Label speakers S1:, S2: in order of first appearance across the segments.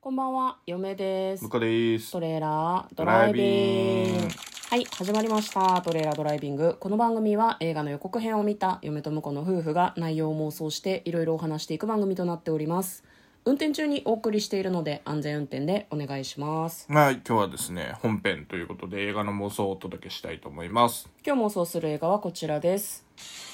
S1: こんばんは、嫁です
S2: 向。こうです
S1: ト。レーラードライビング
S2: ドライビング
S1: はい始まりました「トレーラードライビング」この番組は映画の予告編を見た嫁と婿の夫婦が内容を妄想していろいろお話していく番組となっております運転中にお送りしているので安全運転でお願いします
S2: はい、今日はですね、本編ということで映画の妄想をお届けしたいと思います。
S1: 今日妄想する映画はこちらです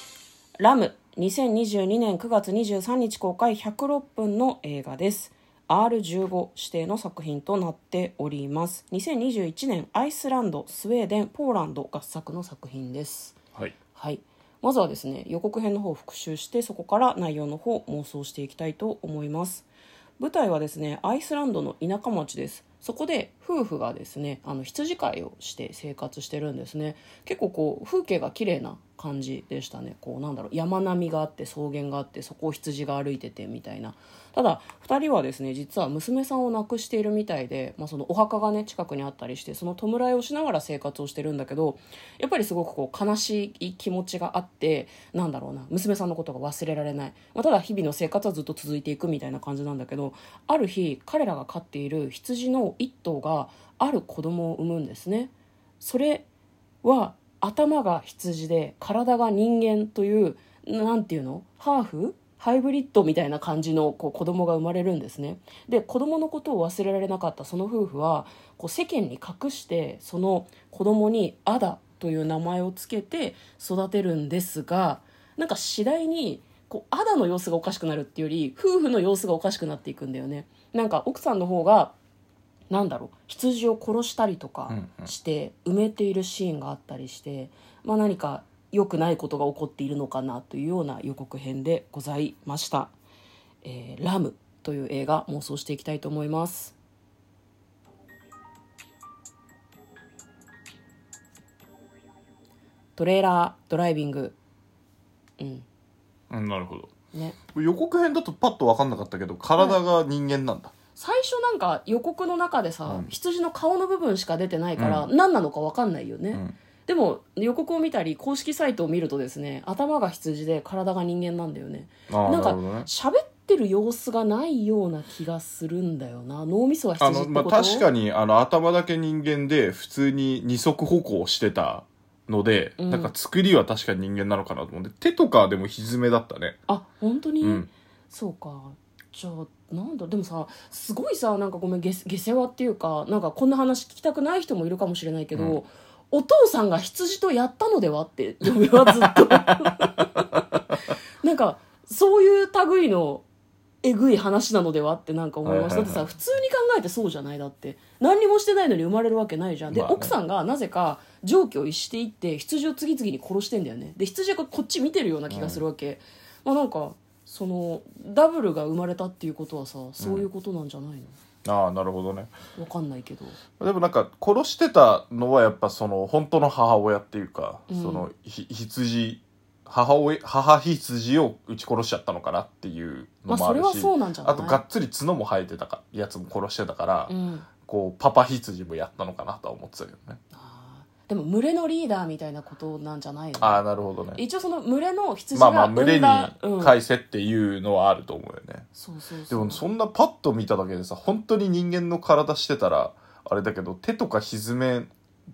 S1: 「ラム」2022年9月23日公開106分の映画です R15 指定の作品となっております2021年アイスランドスウェーデンポーランド合作の作品です
S2: はい。
S1: はいまずはですね予告編の方を復習してそこから内容の方を妄想していきたいと思います舞台はですねアイスランドの田舎町ですそこで夫婦がですねあの羊飼いをして生活してるんですね結構こう風景が綺麗な感じでしたねこうなんだろう山並みがあって草原があってそこを羊が歩いててみたいなただ2人はですね実は娘さんを亡くしているみたいで、まあ、そのお墓がね近くにあったりしてその弔いをしながら生活をしてるんだけどやっぱりすごくこう悲しい気持ちがあってなんだろうな娘さんのことが忘れられない、まあ、ただ日々の生活はずっと続いていくみたいな感じなんだけどある日彼らが飼っている羊の1頭がある子供を産むんですね。それは頭が羊で体が人間というなんていうのハーフハイブリッドみたいな感じのこう子供が生まれるんですねで子供のことを忘れられなかったその夫婦はこう世間に隠してその子供にアダという名前をつけて育てるんですがなんか次第にこうアダの様子がおかしくなるっていうより夫婦の様子がおかしくなっていくんだよねなんか奥さんの方がなんだろう羊を殺したりとか
S2: うんうん
S1: して埋めているシーンがあったりして、まあ、何か良くないことが起こっているのかなというような予告編でございました「えーラム」という映画妄想していきたいと思いますトレーラードライビングうん
S2: うん、なるほど。
S1: ね
S2: 予告編だとパッと分かんなかったけど、体が人間なんだ。
S1: 最初なんか予告の中でさ、
S2: うん
S1: 羊の顔の部分しか出てないから、
S2: う
S1: 何なのか分かんないよね、
S2: うん。
S1: でも予告を見たり公式サイトを見るとですね頭が羊で体が人間なんだよね
S2: ああ、
S1: なん
S2: な
S1: か
S2: るほどね。
S1: 喋ってる様子がないような気がするんだよな脳みそは
S2: あ
S1: 羊って
S2: の、まあ、
S1: こと
S2: 確かに、あの、頭だけ人間で、普通に二足歩行してたので、
S1: うん
S2: なんか作りは確かに人間なのかなと思って、手とかでもひずめだったね。
S1: あ本当に、
S2: うん。
S1: そうかじゃあなんだでもさすごいさなんかごめん下世下世話っていうかなんかこんな話聞きたくない人もいるかもしれないけど、
S2: うん
S1: お父さんが羊とやったのではって嫁はずっとなんかそういう類のえぐい話なのではってなんか思いました、
S2: はいはいはい
S1: だってさ普通に考えてそうじゃないだって何にもしてないのに生まれるわけないじゃんで、
S2: まあね
S1: 奥さんがなぜか常軌を逸していって羊を次々に殺してんだよねで羊がこっち見てるような気がするわけ、まあなんかそのダブルが生まれたっていうことはさそういうことなんじゃないの、
S2: ああ、なるほどね。
S1: わかんないけど
S2: でもなんか殺してたのはやっぱその本当の母親っていうか、
S1: うん
S2: そのひ羊母親母羊を撃ち殺しちゃったのかなっていう
S1: まあ
S2: のもあ
S1: それ
S2: る
S1: は
S2: し、
S1: そうなんじゃな
S2: あ
S1: い
S2: とがっつり角も生えてたかやつも殺してたから、
S1: うん、
S2: こうパパ羊もやったのかなとは思ってたけどね
S1: あーでも群れのリーダーみたいなことなんじゃないの
S2: ああなるほどね
S1: 一応その群れの羊
S2: まあま
S1: が
S2: あ
S1: 産
S2: 群
S1: ん
S2: れに
S1: だ、うん、
S2: 返せっていうのはあると思うよね、
S1: そうそう
S2: で
S1: そう
S2: もそんなパッと見ただけでさ本当に人間の体してたらあれだけど手とかひずめ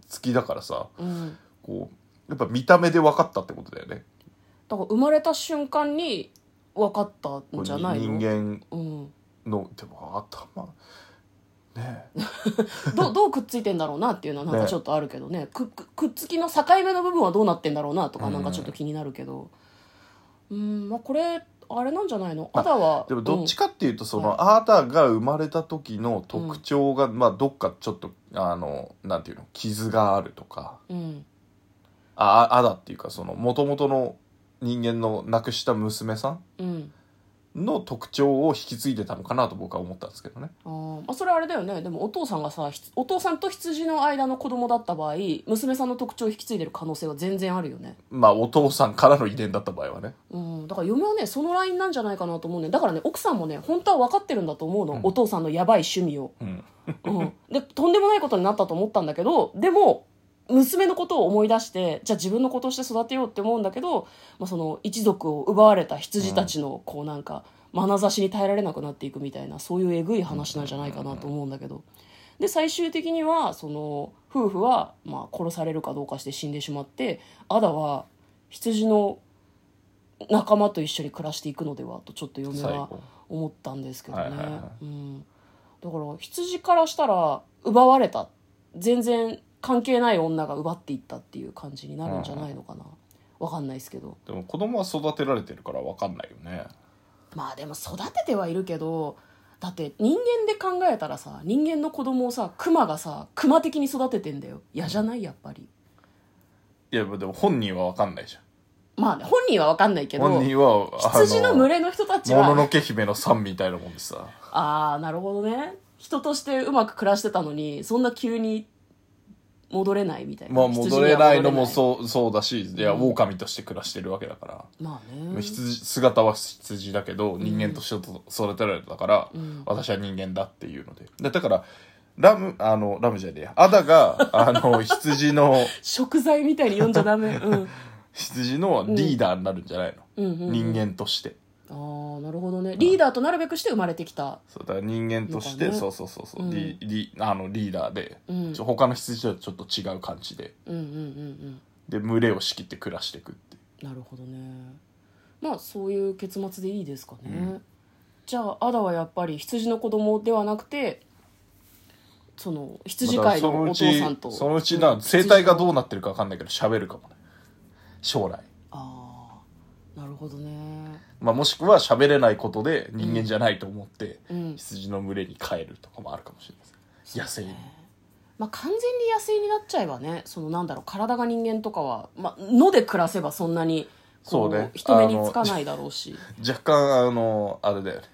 S2: 付きだからさ
S1: うん、
S2: こうやっぱ見た目で分かったってことだよね
S1: だから生まれた瞬間に分かったんじゃないの
S2: 人間
S1: うん、
S2: のでも頭ねえ
S1: どう どうくっついてんだろうなっていうのはなんか
S2: ね
S1: ちょっとあるけどねくくくっつきの境目の部分はどうなってんだろうなとかなんかちょっと気になるけどうんまあこれあれなんじゃないのア
S2: まあ
S1: ダは
S2: でもどっち
S1: か、
S2: かっていうとそ
S1: はい
S2: のアーダが生まれた時の特徴が、まあどっかちょっとあのなんていうの傷があるとか
S1: うんうん
S2: あアダっていうかその元々の人間の亡くした娘さん
S1: うん
S2: の特徴を引き継いでたのかなと僕は思ったんですけどね
S1: あーまあ、それあれだよねでもお父さんがさひつお父さんと羊の間の子供だった場合娘さんの特徴を引き継いでる可能性は全然あるよね
S2: まあお父さんからの遺伝だった場合はね
S1: うん、だから嫁はねそのラインなんじゃないかなと思うねだからね奥さんもね本当は分かってるんだと思うの、
S2: うん
S1: お父さんのやばい趣味を、
S2: うん
S1: うん、でとんでもないことになったと思ったんだけどでも娘のことを思い出してじゃあ自分のことをして育てようって思うんだけど、まあ、その一族を奪われた羊たちのこうなんか、眼差しに耐えられなくなっていくみたいなそういうえぐい話なんじゃないかなと思うんだけどで最終的にはその夫婦はまあ殺されるかどうかして死んでしまってアダは羊の仲間と一緒に暮らしていくのではとちょっと嫁
S2: 最
S1: は
S2: 後
S1: 思ったんですけどね、
S2: はいはいは
S1: うん、だから羊からしたら奪われた全然関係ない女が奪っていったっていう感じになるんじゃないのかな、わかんないですけど
S2: でも子供は育てられてるから分かんないよね
S1: まあでも育ててはいるけどだって人間で考えたらさ人間の子供をさクマがさクマ的に育ててんだよ嫌じゃないやっぱり
S2: いやでも本人は分かんないじゃ
S1: まあね本人は分かんないけ
S2: ん
S1: ど
S2: 本人は
S1: 羊の群
S2: れ
S1: れの人たち
S2: もの
S1: は
S2: のけ姫のさんみたいなもんでさ
S1: ああなるほどね人としてうまく暮らしてたのにそんな急に戻れないみたいな
S2: まあ戻れないのも
S1: う
S2: そうそうだしいや
S1: うん
S2: 狼として暮らしてるわけだから、
S1: まあね
S2: 羊姿は羊だけど人間として育てられたから、
S1: うん
S2: 私は人間だっていうのででだからラムあのラムじゃねえやアダ があの羊の
S1: 食材みたいに読んじゃダ メ、うん、うん
S2: 羊のリーダーになるんじゃないの、
S1: うんうん
S2: 人間として
S1: ああなるほどねリーダーとなるべくして生まれてきた
S2: そうだから人間として、
S1: のかね
S2: そうそうそうそう、
S1: うん
S2: リリあのリーダーで、
S1: うん
S2: ちょ他の羊とはちょっと違う感じで
S1: うんうんうんうん
S2: で群れを仕切って暮らしていくっていう
S1: なるほどねまあそういう結末でいいですかね、じゃあアダはやっぱり羊の子供ではなくてその羊飼いのお父さんと
S2: まあそのうちそのうちな生態がどうなってるか分かんないけど喋るかもね将来
S1: ああなるほどね
S2: まあ、もしくは喋れないことで人間じゃないと思って、
S1: うん
S2: 羊の群れに帰るとかもあるかもしれないです野生に、
S1: まあ完全に野生になっちゃえばねそのなんだろう体が人間とかは、まあ、野で暮らせばそんなにこ
S2: そうね
S1: 人目につかないだろうし
S2: 若干あのあれだよね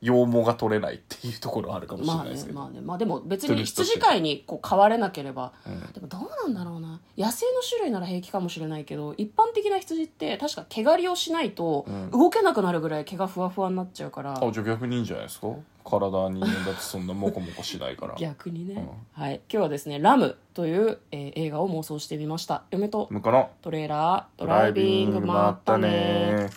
S2: 羊毛が取れないっていうところはあるかもしれ
S1: まあ
S2: ないで
S1: ね
S2: すけど、
S1: まあねまあでも別
S2: トゥ
S1: に
S2: ルスとして
S1: 羊飼いにこう飼われなければ、
S2: うん
S1: でもどうなんだろうな野生の種類なら平気かもしれないけど一般的な羊って確か毛刈りをしないと
S2: うん
S1: 動けなくなるぐらい毛がふわふわになっちゃうから、
S2: あじゃあ逆にいいんじゃないですか体は人間だってそんなモコモコしないから
S1: 逆にね、はい今日はですね「ラム」という、えー映画を妄想してみました嫁と
S2: 向こうの
S1: トレーラード
S2: ド
S1: ラ
S2: ラ
S1: イ
S2: イ
S1: ビ
S2: ビ
S1: ン
S2: ン
S1: グ
S2: グ
S1: ま
S2: ま
S1: っ
S2: ったた
S1: ね
S2: ね